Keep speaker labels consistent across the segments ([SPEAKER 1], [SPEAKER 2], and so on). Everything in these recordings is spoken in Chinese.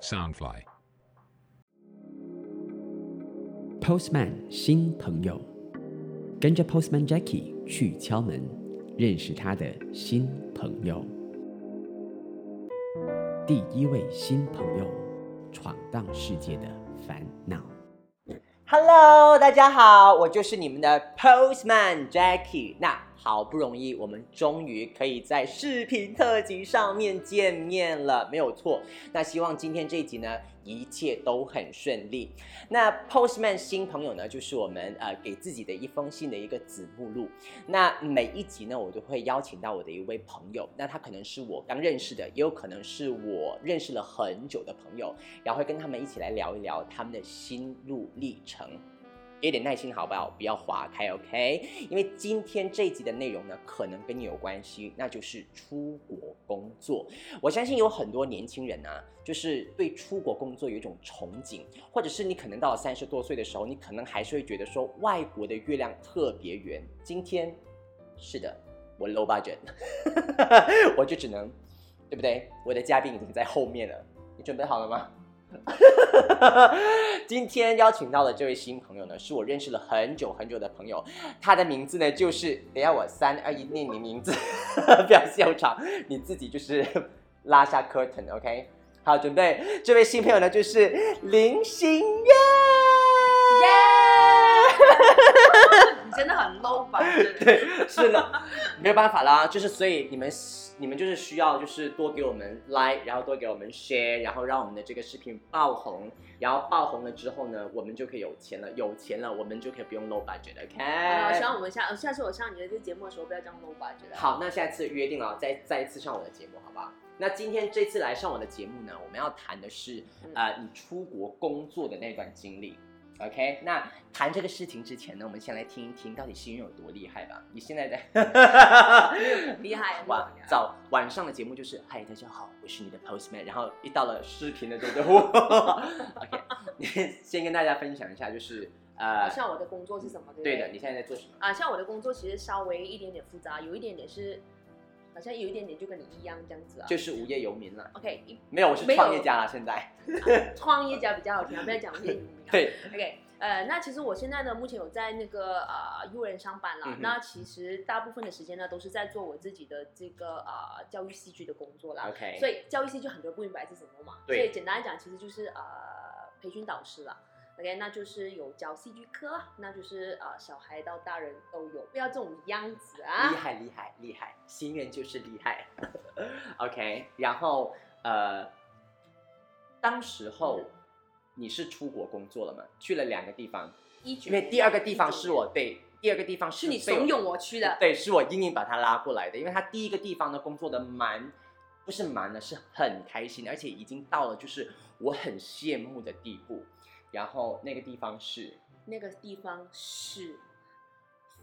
[SPEAKER 1] Soundfly。
[SPEAKER 2] Postman 新朋友，跟着 Postman Jackie 去敲门，认识他的新朋友。第一位新朋友，闯荡世界的烦恼。
[SPEAKER 3] Hello，大家好，我就是你们的 Postman Jackie。那好不容易，我们终于可以在视频特辑上面见面了，没有错。那希望今天这一集呢，一切都很顺利。那 Postman 新朋友呢，就是我们呃给自己的一封信的一个子目录。那每一集呢，我都会邀请到我的一位朋友，那他可能是我刚认识的，也有可能是我认识了很久的朋友，然后会跟他们一起来聊一聊他们的心路历程。有点耐心好不好？不要划开，OK？因为今天这一集的内容呢，可能跟你有关系，那就是出国工作。我相信有很多年轻人啊，就是对出国工作有一种憧憬，或者是你可能到了三十多岁的时候，你可能还是会觉得说外国的月亮特别圆。今天，是的，我 low budget，我 就只能，对不对？我的嘉宾已经在后面了，你准备好了吗？ 今天邀请到的这位新朋友呢，是我认识了很久很久的朋友，他的名字呢就是，等一下我三二一念你名字，不要笑场，你自己就是拉下 curtain，OK？、好，准备，这位新朋友呢就是林心月。
[SPEAKER 4] 你真的很 low 吧？
[SPEAKER 3] 对，是的，没有办法啦，就是所以你们你们就是需要就是多给我们 like，然后多给我们 share，然后让我们的这个视频爆红，然后爆红了之后呢，我们就可以有钱了，有钱了我们就可以不用 low budget，OK？、
[SPEAKER 4] 啊，希望我们下下次我上你的这节目的时候不要这样 low 啊吧，觉得。
[SPEAKER 3] 好，那下次约定了，再再一次上我的节目，好不好？那今天这次来上我的节目呢，我们要谈的是，
[SPEAKER 4] 嗯
[SPEAKER 3] 呃，你出国工作的那段经历。OK，那谈这个事情之前呢，我们先来听一听到底新人有多厉害吧。你现在在
[SPEAKER 4] 厉害啊
[SPEAKER 3] 晚
[SPEAKER 4] 没有
[SPEAKER 3] 早晚上的节目就是嗨，大家好，我是你的 Postman，然后一到了视频的时候就 OK，你先跟大家分享一下，就是呃
[SPEAKER 4] 好，像我的工作是什么？对不
[SPEAKER 3] 对
[SPEAKER 4] 对
[SPEAKER 3] 的，你现在在做什么？
[SPEAKER 4] 啊，像我的工作其实稍微一点点复杂，有一点点是，好像有一点点就跟你一样这样子啊。
[SPEAKER 3] 就是无业游民了，
[SPEAKER 4] OK，一
[SPEAKER 3] 没有，我是
[SPEAKER 4] 没有
[SPEAKER 3] 创业家啊了，现在
[SPEAKER 4] 创业家比较好听啊，不要讲我业余啊。
[SPEAKER 3] 对。
[SPEAKER 4] OK，呃，那其实我现在呢，目前有在那个呃 U 人上班了。
[SPEAKER 3] 嗯哼
[SPEAKER 4] 那其实大部分的时间呢，都是在做我自己的这个呃教育戏剧的工作啦。
[SPEAKER 3] OK，
[SPEAKER 4] 所以教育戏就很多人不明白是什么嘛。
[SPEAKER 3] 对
[SPEAKER 4] 所以简单来讲，其实就是呃培训导师了。OK，那就是有教戏剧课啦，那就是呃小孩到大人都有，不要这种样子
[SPEAKER 3] 厉
[SPEAKER 4] 啊。
[SPEAKER 3] 害厉害厉害，心愿就是厉害。OK，然后呃，当时候
[SPEAKER 4] 嗯
[SPEAKER 3] 你是出国工作了嘛？去了两个地方，
[SPEAKER 4] 一九
[SPEAKER 3] 因为第二个地方是我
[SPEAKER 4] 19
[SPEAKER 3] 被第二个地方
[SPEAKER 4] 是你
[SPEAKER 3] 被
[SPEAKER 4] 怂恿我去的，
[SPEAKER 3] 对，是我硬硬把他拉过来的，因为他第一个地方呢工作的蛮，不是蛮呢，是很开心，而且已经到了就是我很羡慕的地步。然后那个地方是
[SPEAKER 4] 那个地方是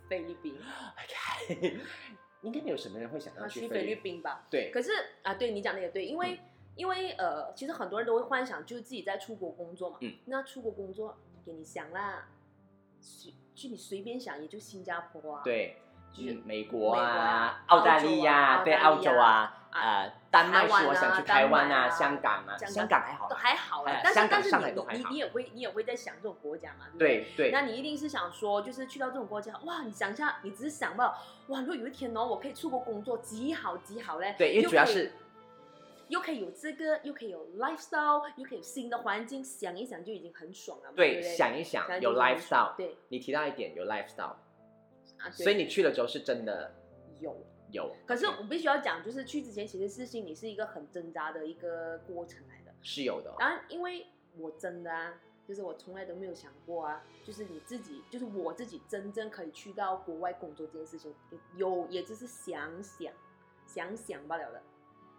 [SPEAKER 4] 菲律宾，
[SPEAKER 3] ，OK，应该没有什么人会想要
[SPEAKER 4] 啊去
[SPEAKER 3] 去
[SPEAKER 4] 菲律
[SPEAKER 3] 律宾，
[SPEAKER 4] 宾吧。
[SPEAKER 3] 对，
[SPEAKER 4] 可是啊，对你讲的也对，因
[SPEAKER 3] 嗯
[SPEAKER 4] 为、因为呃，其实很多人都会幻想，就是自己在出国工作嘛。
[SPEAKER 3] 嗯。
[SPEAKER 4] 那出国工作给你想啦，随就你随便想，也就新加坡啊。。
[SPEAKER 3] 对，
[SPEAKER 4] 就是
[SPEAKER 3] 嗯美国
[SPEAKER 4] 美国
[SPEAKER 3] 啊
[SPEAKER 4] 啊、
[SPEAKER 3] 澳大利亚、
[SPEAKER 4] 澳洲啊
[SPEAKER 3] 对
[SPEAKER 4] 澳
[SPEAKER 3] 澳
[SPEAKER 4] 大利亚
[SPEAKER 3] 洲啊、呃，丹麦
[SPEAKER 4] 台湾
[SPEAKER 3] 是
[SPEAKER 4] 啊
[SPEAKER 3] 我想去台湾
[SPEAKER 4] 丹麦
[SPEAKER 3] 啊、
[SPEAKER 4] 啊
[SPEAKER 3] 香港啊，
[SPEAKER 4] 香港
[SPEAKER 3] 香港还好
[SPEAKER 4] 都
[SPEAKER 3] 啦，
[SPEAKER 4] 还好啦
[SPEAKER 3] 哎，
[SPEAKER 4] 但
[SPEAKER 3] 香
[SPEAKER 4] 是
[SPEAKER 3] 港
[SPEAKER 4] 但是
[SPEAKER 3] 上海
[SPEAKER 4] 你
[SPEAKER 3] 都还
[SPEAKER 4] 你
[SPEAKER 3] 好
[SPEAKER 4] 你也会你也会在想这种国家嘛，不对？
[SPEAKER 3] 对对
[SPEAKER 4] 那你一定是想说，就是去到这种国家，哇！你想一下，你只是想到，哇！如果有一天哦，我可以出国工作，极好极好嘞。
[SPEAKER 3] 对，因为
[SPEAKER 4] 又
[SPEAKER 3] 主要
[SPEAKER 4] 可以
[SPEAKER 3] 是
[SPEAKER 4] 又可以有这个，又可以有 lifestyle，又可以有新的环境，想一想就已经很爽了嘛。对
[SPEAKER 3] 对
[SPEAKER 4] 不对，
[SPEAKER 3] 想一想
[SPEAKER 4] 想
[SPEAKER 3] 有
[SPEAKER 4] 就很爽
[SPEAKER 3] lifestyle，
[SPEAKER 4] 对
[SPEAKER 3] 你提到一点有 lifestyle，
[SPEAKER 4] 啊，对
[SPEAKER 3] 所以你去了之后是真的
[SPEAKER 4] 有。
[SPEAKER 3] 有，
[SPEAKER 4] 可是我必须要讲，就是去之前其实是心里是一个很挣扎的一个过程来的。
[SPEAKER 3] 是有的哦，
[SPEAKER 4] 然后因为我真的啊，就是我从来都没有想过啊，就是你自己，就是我自己真正可以去到国外工作这件事情，有也只是想想想想罢了的。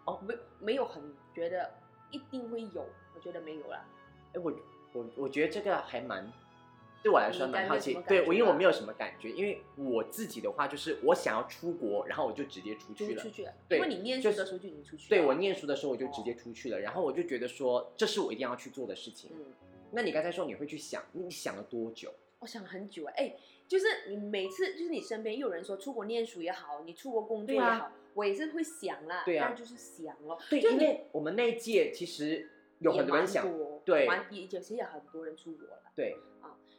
[SPEAKER 4] 哦，没没有很觉得一定会有，我觉得没有啦。
[SPEAKER 3] 哎，我我我觉得这个还蛮。对我来说
[SPEAKER 4] 你应该
[SPEAKER 3] 蛮
[SPEAKER 4] 没
[SPEAKER 3] 好
[SPEAKER 4] 有什
[SPEAKER 3] 奇
[SPEAKER 4] 么，感
[SPEAKER 3] 对
[SPEAKER 4] 觉
[SPEAKER 3] 我因为我
[SPEAKER 4] 吧
[SPEAKER 3] 没有什么感觉，因为我自己的话就是我想要出国，然后我就直接出
[SPEAKER 4] 就
[SPEAKER 3] 去了，
[SPEAKER 4] 出去了，
[SPEAKER 3] 对
[SPEAKER 4] 因为你念书的时候就已经出去了。啊哦
[SPEAKER 3] 对我念书的时候，我就直接出去了，然后我就觉得说，这是我一定要去做的事情。
[SPEAKER 4] 嗯，
[SPEAKER 3] 那你刚才说你会去想，你想了多久？
[SPEAKER 4] 我想了很久哎、哎、就是你每次，就是你身边也有人说出国念书也好，你出国工作也
[SPEAKER 3] 对啊
[SPEAKER 4] 好，我也是会想啦，
[SPEAKER 3] 对啊
[SPEAKER 4] 但就是想咯，
[SPEAKER 3] 对，
[SPEAKER 4] 就是
[SPEAKER 3] 因
[SPEAKER 4] 你
[SPEAKER 3] 为我们那一届其实有
[SPEAKER 4] 也
[SPEAKER 3] 很多人
[SPEAKER 4] 蛮
[SPEAKER 3] 想，
[SPEAKER 4] 多
[SPEAKER 3] 对
[SPEAKER 4] 蛮也其实也很多人出国了。
[SPEAKER 3] 对，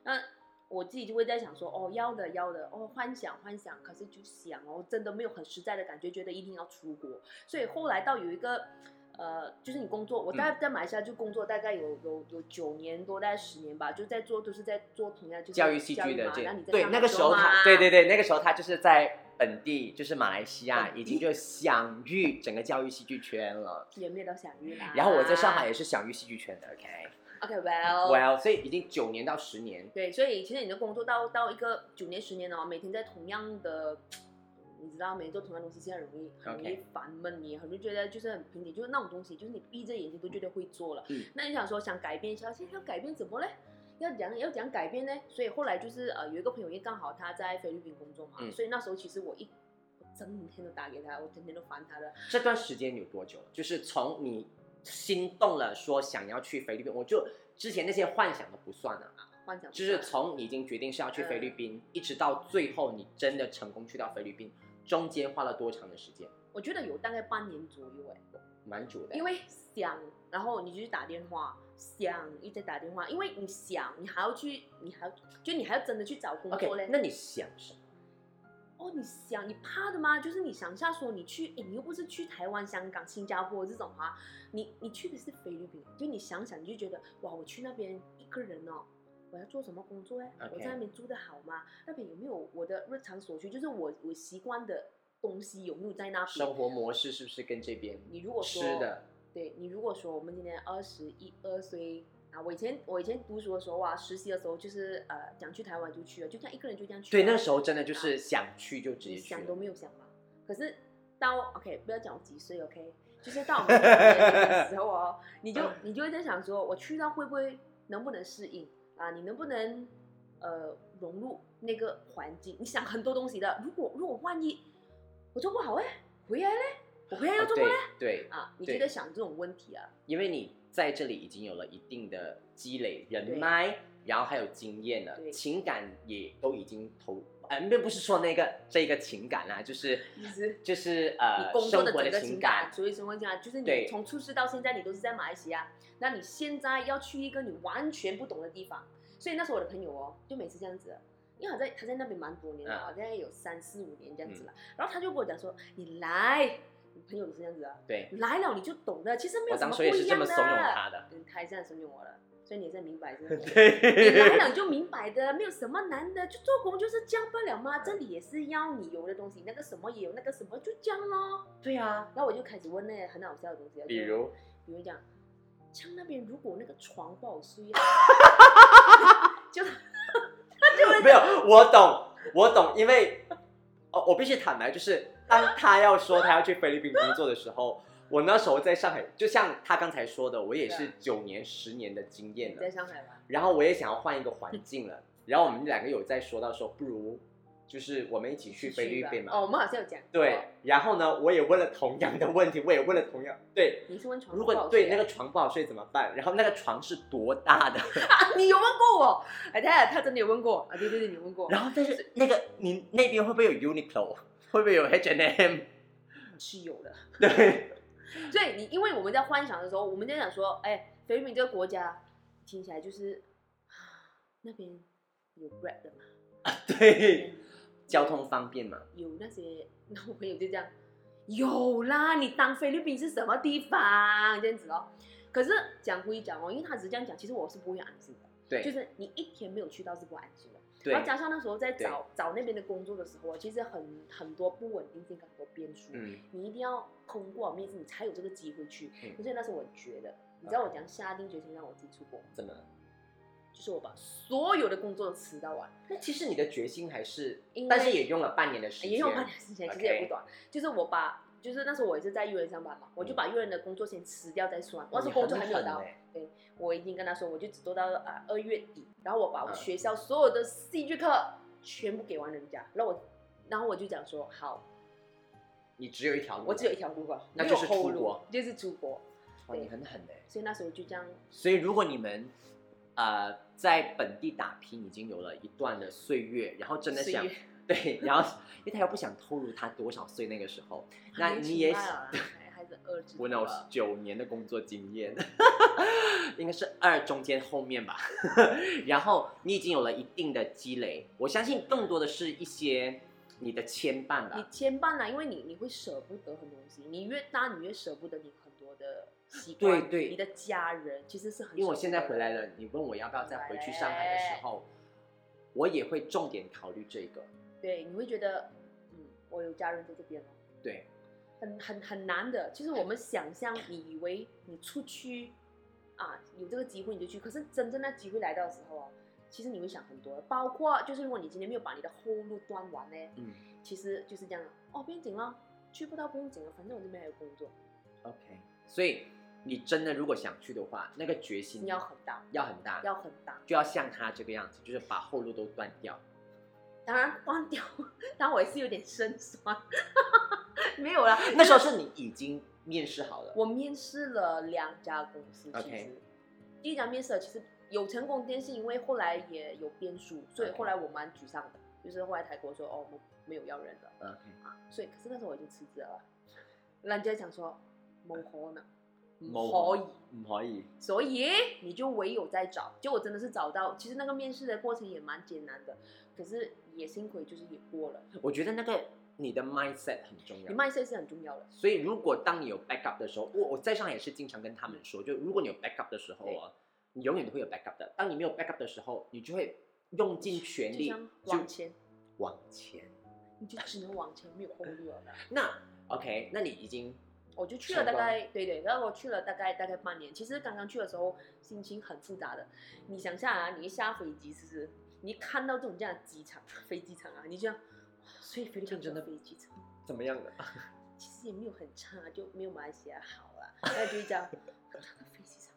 [SPEAKER 4] 那我自己就会在想说，哦，要的要的，哦，幻想幻想，可是就想哦，真的没有很实在的感觉，觉得一定要出国。所以后来到有一个，呃，就是你工作，我
[SPEAKER 3] 嗯
[SPEAKER 4] 大概在马来西亚就工作大概有有有九年多，大概十年吧，就在做都是在做同样就是
[SPEAKER 3] 教育戏剧的
[SPEAKER 4] 嘛
[SPEAKER 3] 这
[SPEAKER 4] 然后你在
[SPEAKER 3] 对
[SPEAKER 4] 上啊
[SPEAKER 3] 那
[SPEAKER 4] 海
[SPEAKER 3] 个
[SPEAKER 4] 做
[SPEAKER 3] 时候
[SPEAKER 4] 嘛
[SPEAKER 3] 他，对对对，那个时候他就是在本地，就是马来西亚，
[SPEAKER 4] 本地
[SPEAKER 3] 已经就享誉整个教育戏剧圈了。
[SPEAKER 4] 也没有到享誉啦。
[SPEAKER 3] 然后我在上海也是享誉戏剧圈的
[SPEAKER 4] ，OK，well，、
[SPEAKER 3] ，OK，well，所以已经九年到十年，
[SPEAKER 4] 对，所以其实你的工作到到一个九年十年哦，每天在同样的，你知道，每天做同样的东西，其实很容易很容易
[SPEAKER 3] OK
[SPEAKER 4] 烦闷你，很容易觉得就是很瓶颈，就是那种东西，就是你闭着眼睛都觉得会做了。
[SPEAKER 3] 嗯
[SPEAKER 4] 那你想说想改变一下，现在要改变怎么嘞？要怎样要怎样改变呢？所以后来就是呃，有一个朋友，因为刚好他在菲律宾工作嘛，
[SPEAKER 3] 嗯
[SPEAKER 4] 所以那时候其实我一我整天都打给他，我天天都烦他的。
[SPEAKER 3] 这段时间有多久了？就是从你心动了，说想要去菲律宾，我就之前那些幻想都不算了，
[SPEAKER 4] 幻想不
[SPEAKER 3] 就是
[SPEAKER 4] 到
[SPEAKER 3] 从你已经决定是要去菲律宾，一直到最后你真的成功去到菲律宾，中间花了多长的时间？
[SPEAKER 4] 我觉得有大概半年左右哎。
[SPEAKER 3] 蛮久的，
[SPEAKER 4] 因为想，然后你就去打电话，想一直打电话，因为你想，你还要去，你还要就你还要真的去找工作
[SPEAKER 3] OK，
[SPEAKER 4] 嘞。
[SPEAKER 3] 那你想什么？
[SPEAKER 4] 哦，你想，你怕的吗？就是你想一下说，你去，诶你又不是去台湾、香港、新加坡这种啊，你你去的是菲律宾，就你想想，你就觉得哇，我去那边一个人哦。我要做什么工作哎
[SPEAKER 3] OK
[SPEAKER 4] 我在那边住的好吗？那边有没有我的日常所需？就是我我习惯的东西有没有在那边？
[SPEAKER 3] 生活模式是不是跟这边
[SPEAKER 4] 你如果说
[SPEAKER 3] 吃的
[SPEAKER 4] 对你如果说我们今年二十一二岁啊，我以前我以前读书的时候啊，实习的时候就是呃，想去台湾就去了，就这样一个人就这样去了。
[SPEAKER 3] 对，那时候真的就是想去就直
[SPEAKER 4] 你
[SPEAKER 3] 接去
[SPEAKER 4] 想
[SPEAKER 3] 了
[SPEAKER 4] 都没有想嘛。可是到 OK，不要讲我几岁 OK，就是到 我们的时候哦，
[SPEAKER 3] 嗯
[SPEAKER 4] 你就你就会在想说，我去到会不会能不能适应啊？你能不能呃融入那个环境？你想很多东西的。如果如果万一我做不好哎，回来嘞，我回来要
[SPEAKER 3] 啊
[SPEAKER 4] 做么
[SPEAKER 3] 对
[SPEAKER 4] 嘞？
[SPEAKER 3] 对，
[SPEAKER 4] 啊，你
[SPEAKER 3] 对
[SPEAKER 4] 就在想这种问题啊。
[SPEAKER 3] 因为你在这里已经有了一定的积累、人
[SPEAKER 4] 对
[SPEAKER 3] 脉，然后还有经验了，
[SPEAKER 4] 对
[SPEAKER 3] 情感也都已经投，呃，并不是说那个这个情感啦，就是
[SPEAKER 4] 就是
[SPEAKER 3] 就是呃
[SPEAKER 4] 你工作
[SPEAKER 3] 生
[SPEAKER 4] 的
[SPEAKER 3] 活
[SPEAKER 4] 整个
[SPEAKER 3] 情
[SPEAKER 4] 情
[SPEAKER 3] 感
[SPEAKER 4] 感，，所以生活情感啊就是
[SPEAKER 3] 对
[SPEAKER 4] 你从出世到现在，你都是在马来西亚，那你现在要去一个你完全不懂的地方，所以那时候我的朋友哦，就每次这样子，因为他在他在那边蛮多年了，
[SPEAKER 3] 嗯
[SPEAKER 4] 好像有三四五年这样子了，然后他就跟我讲说，你来，你朋友也是这样子啊，
[SPEAKER 3] 对
[SPEAKER 4] 来了你就懂了，其实
[SPEAKER 3] 我
[SPEAKER 4] 没有什
[SPEAKER 3] 当
[SPEAKER 4] 么
[SPEAKER 3] 初
[SPEAKER 4] 不
[SPEAKER 3] 也是
[SPEAKER 4] 一
[SPEAKER 3] 这
[SPEAKER 4] 样
[SPEAKER 3] 么
[SPEAKER 4] 的。
[SPEAKER 3] 怂恿他的，
[SPEAKER 4] 嗯，他也这样怂恿我了，所以你也在明 白这你 来
[SPEAKER 3] 对，
[SPEAKER 4] 了你就明白的，没有什么难的，就做工就是这样不了嘛。这里也是要你有的东西，那个什么也有，那个什么就这样咯。
[SPEAKER 3] 对啊，
[SPEAKER 4] 然后我就开始问那些很好笑的东西，
[SPEAKER 3] 比
[SPEAKER 4] 就
[SPEAKER 3] 如
[SPEAKER 4] 比如讲，像那边如果那个床不好睡 啊，就
[SPEAKER 3] 没有，我懂，我懂，因为哦，我必须坦白，就是当他要说他要去菲律宾工作的时候，我那时候在上海，就像他刚才说的，我也是九年、十年的经验
[SPEAKER 4] 啊你在
[SPEAKER 3] 了，
[SPEAKER 4] 上海吧，
[SPEAKER 3] 然后我也想要换一个环境 了，然后我们两个有在说到说，不如就是我们一起去菲律宾
[SPEAKER 4] 吧
[SPEAKER 3] 嘛。
[SPEAKER 4] 哦，我们好像有讲，
[SPEAKER 3] 对，，然后呢，我也问了同样的问题，我也问了同样对，
[SPEAKER 4] 你是问床
[SPEAKER 3] 如
[SPEAKER 4] 铺不
[SPEAKER 3] 果
[SPEAKER 4] 好睡
[SPEAKER 3] 对
[SPEAKER 4] 啊，
[SPEAKER 3] 那个床不好睡怎么办？然后那个床是多大的？
[SPEAKER 4] 啊， 你有问过我，哎，他他真的有问过啊，对对对，你有问过，
[SPEAKER 3] 然后但是那个你那边会不会有 Uniqlo？会不 会有 H&M？
[SPEAKER 4] 是有的。
[SPEAKER 3] 对，
[SPEAKER 4] 所以你因为我们在幻想的时候，我们在想说，哎，菲律宾这个国家听起来就是啊那边有 bread 的嘛，
[SPEAKER 3] 对，交通方便嘛，
[SPEAKER 4] 有那些，然后我朋友就这样，有啦，你当菲律宾是什么地方这样子哦。可是讲归讲哦，因为他只是这样讲，其实我是不会安心的，
[SPEAKER 3] 对，
[SPEAKER 4] 就是你一天没有去到是不安心的。
[SPEAKER 3] 对
[SPEAKER 4] 然后加上那时候在找找那边的工作的时候啊，其实很很多不稳定性，很多变数，
[SPEAKER 3] 嗯，
[SPEAKER 4] 你一定要通过面试，你才有这个机会去
[SPEAKER 3] 嗯。啊
[SPEAKER 4] 可是那时候我觉得，你知道我讲下定决心让我自己出国吗，
[SPEAKER 3] 怎么了？
[SPEAKER 4] 就是我把所有的工作都辞到完。
[SPEAKER 3] 那其实你的决心还是
[SPEAKER 4] 因，为
[SPEAKER 3] 但是也用了半年的时间，
[SPEAKER 4] 也用半年时间，其实也
[SPEAKER 3] OK
[SPEAKER 4] 不短。就是我把，就是那时候我也是在幼儿园上班嘛，我就把幼儿园的工作先辞掉再算。我
[SPEAKER 3] 哇，嗯
[SPEAKER 4] 那时
[SPEAKER 3] 哦你
[SPEAKER 4] 候工作
[SPEAKER 3] 很
[SPEAKER 4] 还没有
[SPEAKER 3] 狠
[SPEAKER 4] 到，
[SPEAKER 3] 欸
[SPEAKER 4] 我已经跟他说，我就只做到呃二月底，然后我把我
[SPEAKER 3] 嗯
[SPEAKER 4] 学校所有的戏剧课全部给完人家，然后我，然后我就讲说，好，
[SPEAKER 3] 你只有一条路，
[SPEAKER 4] 我只有一，条路了，
[SPEAKER 3] 那
[SPEAKER 4] 没
[SPEAKER 3] 就
[SPEAKER 4] 有
[SPEAKER 3] 是
[SPEAKER 4] 后
[SPEAKER 3] 出
[SPEAKER 4] 路
[SPEAKER 3] 国，
[SPEAKER 4] 就是出国。
[SPEAKER 3] 哇，你很狠哎。
[SPEAKER 4] 所以那时候就这样，
[SPEAKER 3] 所以如果你们呃在本地打拼已经有了一段的岁月，然后真的想
[SPEAKER 4] 岁月
[SPEAKER 3] 对，然后因为他又不想透露他多少岁那个时候，那
[SPEAKER 4] 还没
[SPEAKER 3] 你也
[SPEAKER 4] 出来啊还还是二二之
[SPEAKER 3] 我
[SPEAKER 4] 多
[SPEAKER 3] 那有
[SPEAKER 4] 了。
[SPEAKER 3] 九年的工作经验，呃 应该是二中间后面吧。 然后你已经有了一定的积累，我相信更多的是一些你的牵绊
[SPEAKER 4] 你
[SPEAKER 3] 吧。
[SPEAKER 4] 牵绊啊啦，因为你你会舍不得很多东西，你越大你越舍不得你很多的习惯，
[SPEAKER 3] 对对
[SPEAKER 4] 你的家人其实是很。
[SPEAKER 3] 因为我现在回来，了，你问我要不要再回去上海的时候，
[SPEAKER 4] 哎
[SPEAKER 3] 我也会重点考虑这个。
[SPEAKER 4] 对，你会觉得，嗯，我有家人在这边了，
[SPEAKER 3] 对，
[SPEAKER 4] 很很很难的。就是我们想象，你以为你出去啊，有这个机会你就去，可是真正那机会来到的时候哦，其实你会想很多，包括就是如果你今天没有把你的后路端完呢，
[SPEAKER 3] 嗯
[SPEAKER 4] 其实就是这样了哦，不用紧了，去不到不用紧了，反正我这边还有工作，
[SPEAKER 3] 嗯，OK。所以你真的如果想去的话，那个决心
[SPEAKER 4] 你要很大，
[SPEAKER 3] 要很大，
[SPEAKER 4] 要很大。
[SPEAKER 3] 就要像他这个样子，就是把后路都断 掉。
[SPEAKER 4] 当然关掉， 当然我也是有点生酸， 没有啦。
[SPEAKER 3] 那时候是你已经面试好了，
[SPEAKER 4] 我面试了两家公司，其
[SPEAKER 3] OK
[SPEAKER 4] 实第一家面试了，其实有成功，但是因为后来也有变数，所以
[SPEAKER 3] OK
[SPEAKER 4] 后来我蛮沮丧的，就是后来台国说哦，我们没有要人了，
[SPEAKER 3] 嗯，OK，
[SPEAKER 4] 所以可是那时候我已经辞职了，人家讲说冇可能，
[SPEAKER 3] 冇可
[SPEAKER 4] 唔可以。
[SPEAKER 3] 唔可以。
[SPEAKER 4] 所以你就唯有在找，结果真的是找到。其实那个面试的过程也蛮艰难的，可是也幸亏就是也过了。
[SPEAKER 3] 我觉得那个你的 mindset 很重
[SPEAKER 4] 你
[SPEAKER 3] 要。
[SPEAKER 4] 卖 i 是很重要的，
[SPEAKER 3] 所以如果当你有 backup 的时候，我我在上海也是经常跟他们说，就如果你有 backup 的时候啊，你永远都会有 backup 的。当你没有 backup 的时候，你就会用尽全
[SPEAKER 4] 就
[SPEAKER 3] 力
[SPEAKER 4] 像往前，
[SPEAKER 3] 往前。
[SPEAKER 4] 你就只能往前，没有后 路了。
[SPEAKER 3] 那 OK，那你已经
[SPEAKER 4] 我就去了大概，对对，然后我去了大概大概半年。其实刚刚去的时候心情很复杂的，你想下啊，你一下飞机是不是？你一看到这种这样的机场、 飞机场啊，你就想，哇，所以菲律宾
[SPEAKER 3] 这样真的
[SPEAKER 4] 飞机场
[SPEAKER 3] 怎么样了？
[SPEAKER 4] 其实也没有很差，就没有马来西亚好啦。 然后就会讲，那个飞机场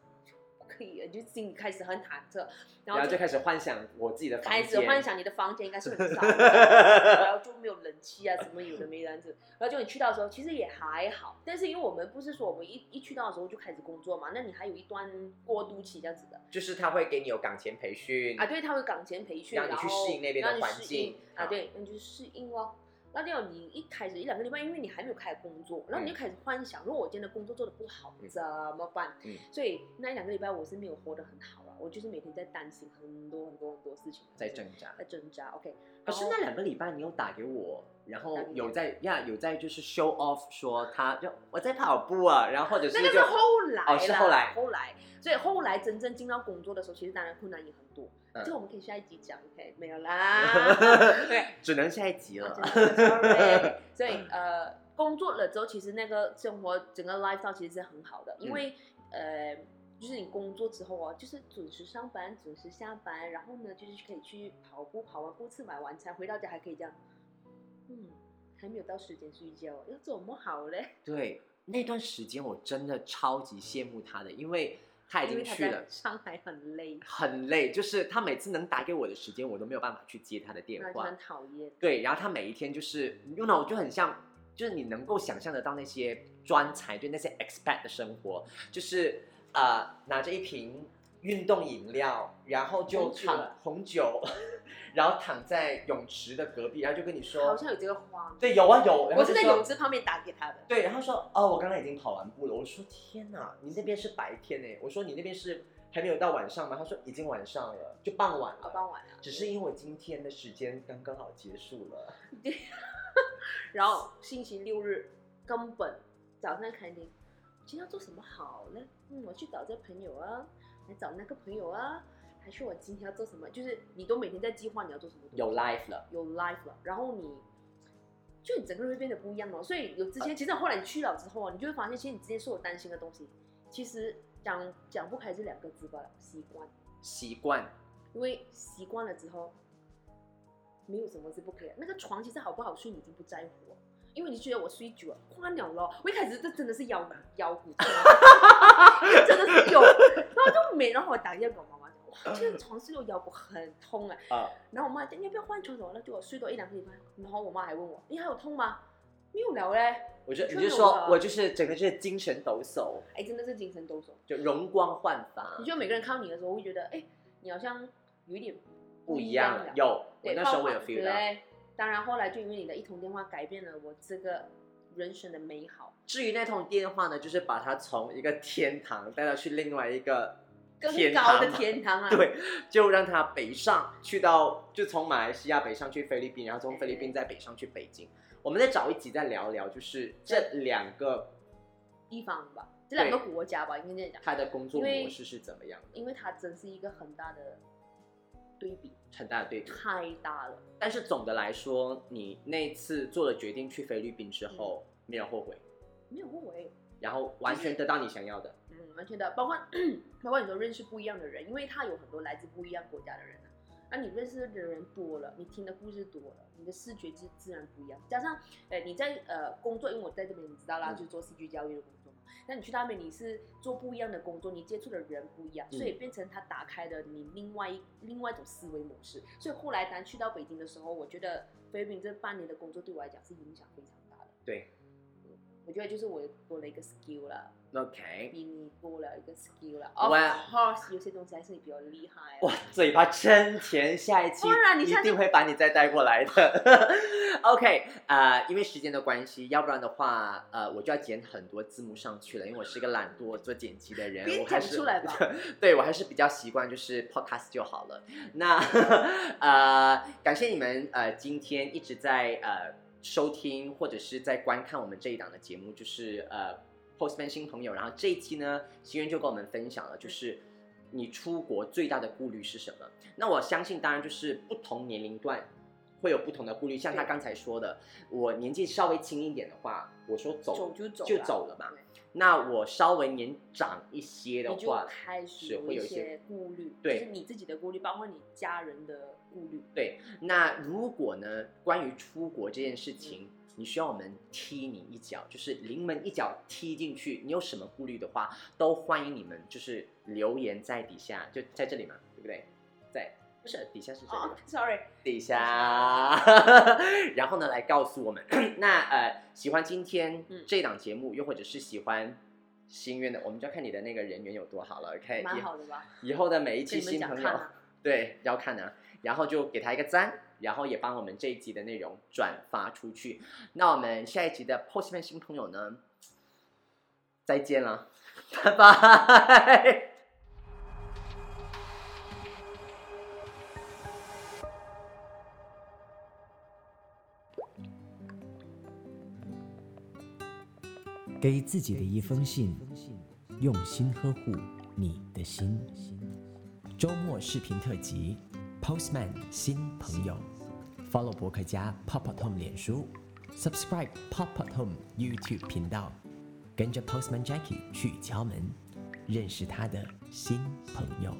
[SPEAKER 4] 不可以，你就心里开始很忐忑，然
[SPEAKER 3] 然
[SPEAKER 4] 后
[SPEAKER 3] 后
[SPEAKER 4] 就
[SPEAKER 3] 就开始幻想我自己的房
[SPEAKER 4] 开
[SPEAKER 3] 间，
[SPEAKER 4] 始幻想你的房间应该是很脏的，然后就没有冷气啊，什么有的没的这样子。然后就你去到的时候，其实也还好，但是因为我们不是说我们一一去到的时候就开始工作嘛，那你还有一段过渡期这样子的
[SPEAKER 3] 就是他会给你有岗前培训
[SPEAKER 4] 啊。对，他会岗前培训，
[SPEAKER 3] 让你
[SPEAKER 4] 然后
[SPEAKER 3] 去适应那边的
[SPEAKER 4] 让你
[SPEAKER 3] 环
[SPEAKER 4] 适
[SPEAKER 3] 境
[SPEAKER 4] 应啊，
[SPEAKER 3] 啊
[SPEAKER 4] 对，那你就适应咯。那这样你一开始一两个礼拜，因为你还没有开始工作，然后你就开始幻想，如果我今天的工作做的不好
[SPEAKER 3] 嗯
[SPEAKER 4] 怎么办？
[SPEAKER 3] 嗯
[SPEAKER 4] 所以那一两个礼拜我是没有活得很好啊，我就是每天在担心很多很多很多事情，
[SPEAKER 3] 在挣哦扎。
[SPEAKER 4] 在挣扎。OK，
[SPEAKER 3] 可是
[SPEAKER 4] 然后
[SPEAKER 3] 那两个礼拜你有打给我，然后
[SPEAKER 4] 哦打给你
[SPEAKER 3] 有在呀有在就是 show off 说他就我在跑步啊，然后或者是
[SPEAKER 4] 那个
[SPEAKER 3] 就是
[SPEAKER 4] 后来啦，
[SPEAKER 3] 哦是后来
[SPEAKER 4] 后来，所以后来真正进到工作的时候，其实当然困难也很多。
[SPEAKER 3] 嗯
[SPEAKER 4] 这个我们可以下一集讲，OK？没有 啦，对，
[SPEAKER 3] 只能下一集了。
[SPEAKER 4] 啊 真的 sorry 所以呃，工作了之后，其实那个生活整个 lifestyle 其实是很好的，因
[SPEAKER 3] 嗯
[SPEAKER 4] 为、呃，就是你工作之后哦，就是准时上班，准时下班，然后呢，就是可以去跑步，跑完步吃买晚餐，回到家还可以这样，嗯，还没有到时间睡觉哦，要怎么好嘞？
[SPEAKER 3] 对，那段时间我真的超级羡慕他的，因为他已
[SPEAKER 4] 因为
[SPEAKER 3] 经
[SPEAKER 4] 他
[SPEAKER 3] 去了
[SPEAKER 4] 在，上海很累。
[SPEAKER 3] 很累，就是他每次能打给我的时间，我都没有办法去接他的电
[SPEAKER 4] 那就
[SPEAKER 3] 话
[SPEAKER 4] 很。讨厌。
[SPEAKER 3] 对，然后他每一天就是，you know，就很像，就是你能够想象得到那些专才，就那些 expat 的生活，就是呃，拿着一瓶运动饮料，然后就
[SPEAKER 4] 红酒
[SPEAKER 3] 躺红酒， 然后躺在泳池的隔壁，然后就跟你
[SPEAKER 4] 好
[SPEAKER 3] 说，
[SPEAKER 4] 像有这个花，
[SPEAKER 3] 对，有啊有，然后
[SPEAKER 4] 我是
[SPEAKER 3] 就
[SPEAKER 4] 在
[SPEAKER 3] 说
[SPEAKER 4] 泳池旁边打给他的。
[SPEAKER 3] 对，然后说哦，我刚才已经跑完步了。我说天哪，你那边是白天呢？我说你那边是还没有到晚上吗？他说已经晚上了，就傍晚
[SPEAKER 4] 啊，
[SPEAKER 3] 了。
[SPEAKER 4] 傍晚了。
[SPEAKER 3] 只是因为我今天的时间刚刚好结束了。
[SPEAKER 4] 然后星期六日根本早上开庭，今天要做什么好呢？嗯，我去找这朋友啊，来找那个朋友啊，还是我今天要做什么？就是你都每天在计划你要做什么东西，
[SPEAKER 3] 有 life 了，
[SPEAKER 4] 有 life 了，然后你就你整个人会变得不一样了。所以有之前，其实后来你去了之后啊，你就会发现，其实你之前所有担心的东西，其实讲讲不开这两个字罢了，习惯。
[SPEAKER 3] 习惯
[SPEAKER 4] 因为习惯了之后，没有什么是不可以的。那个床其实好不好睡，你已经不在乎了，因为你觉得我睡久了，换了咯。我一开始这真的是腰腰骨痛，真的是有，然后就没，然后我打电话给我妈妈讲，哇，这个床睡到腰骨很痛啊。
[SPEAKER 3] 啊、
[SPEAKER 4] 然后我妈讲你要不要换床什么的，就我睡多一两个礼拜，然后我妈还问我，你还有痛吗？没有了嘞，
[SPEAKER 3] 我就
[SPEAKER 4] 真
[SPEAKER 3] 你
[SPEAKER 4] 的
[SPEAKER 3] 就说
[SPEAKER 4] 吗
[SPEAKER 3] 我就是整个就是精神抖擞，
[SPEAKER 4] 哎，真的是精神抖擞。
[SPEAKER 3] 就容光焕发
[SPEAKER 4] 你，觉得每个人看到你的时候，会觉得，哎，你好像有一点
[SPEAKER 3] 不一
[SPEAKER 4] 样
[SPEAKER 3] 样嗯
[SPEAKER 4] 了。
[SPEAKER 3] 有，我
[SPEAKER 4] 对，
[SPEAKER 3] 那时候
[SPEAKER 4] 包
[SPEAKER 3] 我
[SPEAKER 4] 括
[SPEAKER 3] 有 feel 到，
[SPEAKER 4] 对，当然后来就因为你的一通电话改变了我这个人生的美好，
[SPEAKER 3] 至于那通电话呢，就是把他从一个天堂带到去另外一个
[SPEAKER 4] 更
[SPEAKER 3] 天
[SPEAKER 4] 高
[SPEAKER 3] 堂
[SPEAKER 4] 的
[SPEAKER 3] 嘛
[SPEAKER 4] 天堂啊！
[SPEAKER 3] 对，就让他北上去到，就从马来西亚北上去菲律宾，然后从菲律宾再北上去北京。我们再找一集再聊聊，就是这两个
[SPEAKER 4] 地方吧，这两个
[SPEAKER 3] 对
[SPEAKER 4] 国家吧，应该这样讲，
[SPEAKER 3] 他的工作模式是怎么样的，
[SPEAKER 4] 因为它真是一个很大的对比，
[SPEAKER 3] 很大的对比。
[SPEAKER 4] 太大了。
[SPEAKER 3] 但是总的来说，你那次做了决定去菲律宾之
[SPEAKER 4] 嗯
[SPEAKER 3] 后，没有后悔，
[SPEAKER 4] 没有后悔，
[SPEAKER 3] 然后完全得到你想要的。
[SPEAKER 4] 嗯，完全的，包括包括你都认识不一样的人，因为他有很多来自不一样国家的人啊。那你认识的人多了，你听的故事多了，你的视觉自自然不一样。加上，呃，你在呃工作，因为我在这边你知道啦，
[SPEAKER 3] 嗯
[SPEAKER 4] 就做戏剧教育的工作嘛。那你去那边你是做不一样的工作，你接触的人不一样，
[SPEAKER 3] 嗯
[SPEAKER 4] 所以变成他打开了你另外一另外一种思维模式。所以后来咱去到北京的时候，我觉得菲律宾这半年的工作对我来讲是影响非常大的。
[SPEAKER 3] 对
[SPEAKER 4] 嗯，我觉得就是我多了一个 skill 啦。
[SPEAKER 3] OK，
[SPEAKER 4] 比你多了一个 skill 了。
[SPEAKER 3] Wow
[SPEAKER 4] Of course，有些东西还是你比较厉害。
[SPEAKER 3] 啊
[SPEAKER 4] 啊
[SPEAKER 3] 哇，嘴巴真甜，下一期
[SPEAKER 4] 不然你
[SPEAKER 3] 一
[SPEAKER 4] 下次
[SPEAKER 3] 定会把你再带过来的。OK，呃，因为时间的关系，要不然的话，呃，我就要剪很多字幕上去了，因为我是一个懒惰做剪辑的人，
[SPEAKER 4] 别
[SPEAKER 3] 我还
[SPEAKER 4] 讲
[SPEAKER 3] 是
[SPEAKER 4] 出来吧
[SPEAKER 3] 对我还是比较习惯就是 podcast 就好了。那呃，感谢你们呃今天一直在呃收听或者是在观看我们这一档的节目，就是呃 Postman 新朋友。然后这一期呢，心愿就跟我们分享了，就是你出国最大的顾虑是什么？那我相信，当然就是不同年龄段会有不同的顾虑。像他
[SPEAKER 4] 对
[SPEAKER 3] 刚才说的，我年纪稍微轻一点的话，我说走
[SPEAKER 4] 走就走啦
[SPEAKER 3] 就走了嘛。
[SPEAKER 4] 对
[SPEAKER 3] 那我稍微年长一些的
[SPEAKER 4] 你就
[SPEAKER 3] 话，
[SPEAKER 4] 开始
[SPEAKER 3] 是会
[SPEAKER 4] 一
[SPEAKER 3] 有一
[SPEAKER 4] 些顾虑，
[SPEAKER 3] 对
[SPEAKER 4] 就是你自己的顾虑，包括你家人的顾虑。
[SPEAKER 3] 对，那如果呢，关于出国这件事情，你需要我们踢你一脚，就是临门一脚踢进去，你有什么顾虑的话，都欢迎你们就是留言在底下，就在这里嘛，对不对？在不是底下是这里
[SPEAKER 4] 哦
[SPEAKER 3] 吧、
[SPEAKER 4] s o r r y
[SPEAKER 3] 底下， 然后呢来告诉我们。 那呃，喜欢今天
[SPEAKER 4] 嗯
[SPEAKER 3] 这档节目，又或者是喜欢心愿的，我们就要看你的那个人缘有多好了。OK，
[SPEAKER 4] 蛮
[SPEAKER 3] 以
[SPEAKER 4] 好的吧？
[SPEAKER 3] 以后的每一期
[SPEAKER 4] 跟你们
[SPEAKER 3] 新
[SPEAKER 4] 讲
[SPEAKER 3] 朋
[SPEAKER 4] 看
[SPEAKER 3] 友。
[SPEAKER 4] 啊，
[SPEAKER 3] 对，要看啊，然后就给他一个赞，然后也帮我们这一集的内容转发出去。那我们下一集的 Postman 新朋友呢，再见了，拜拜。
[SPEAKER 2] 给自己的一封信，用心呵护你的心。周末视频特辑，Postman 新朋友，follow 博客家 Pop at Home 脸书，subscribe Pop at Home YouTube 频道，跟着 Postman Jackie 去敲门，认识他的新朋友。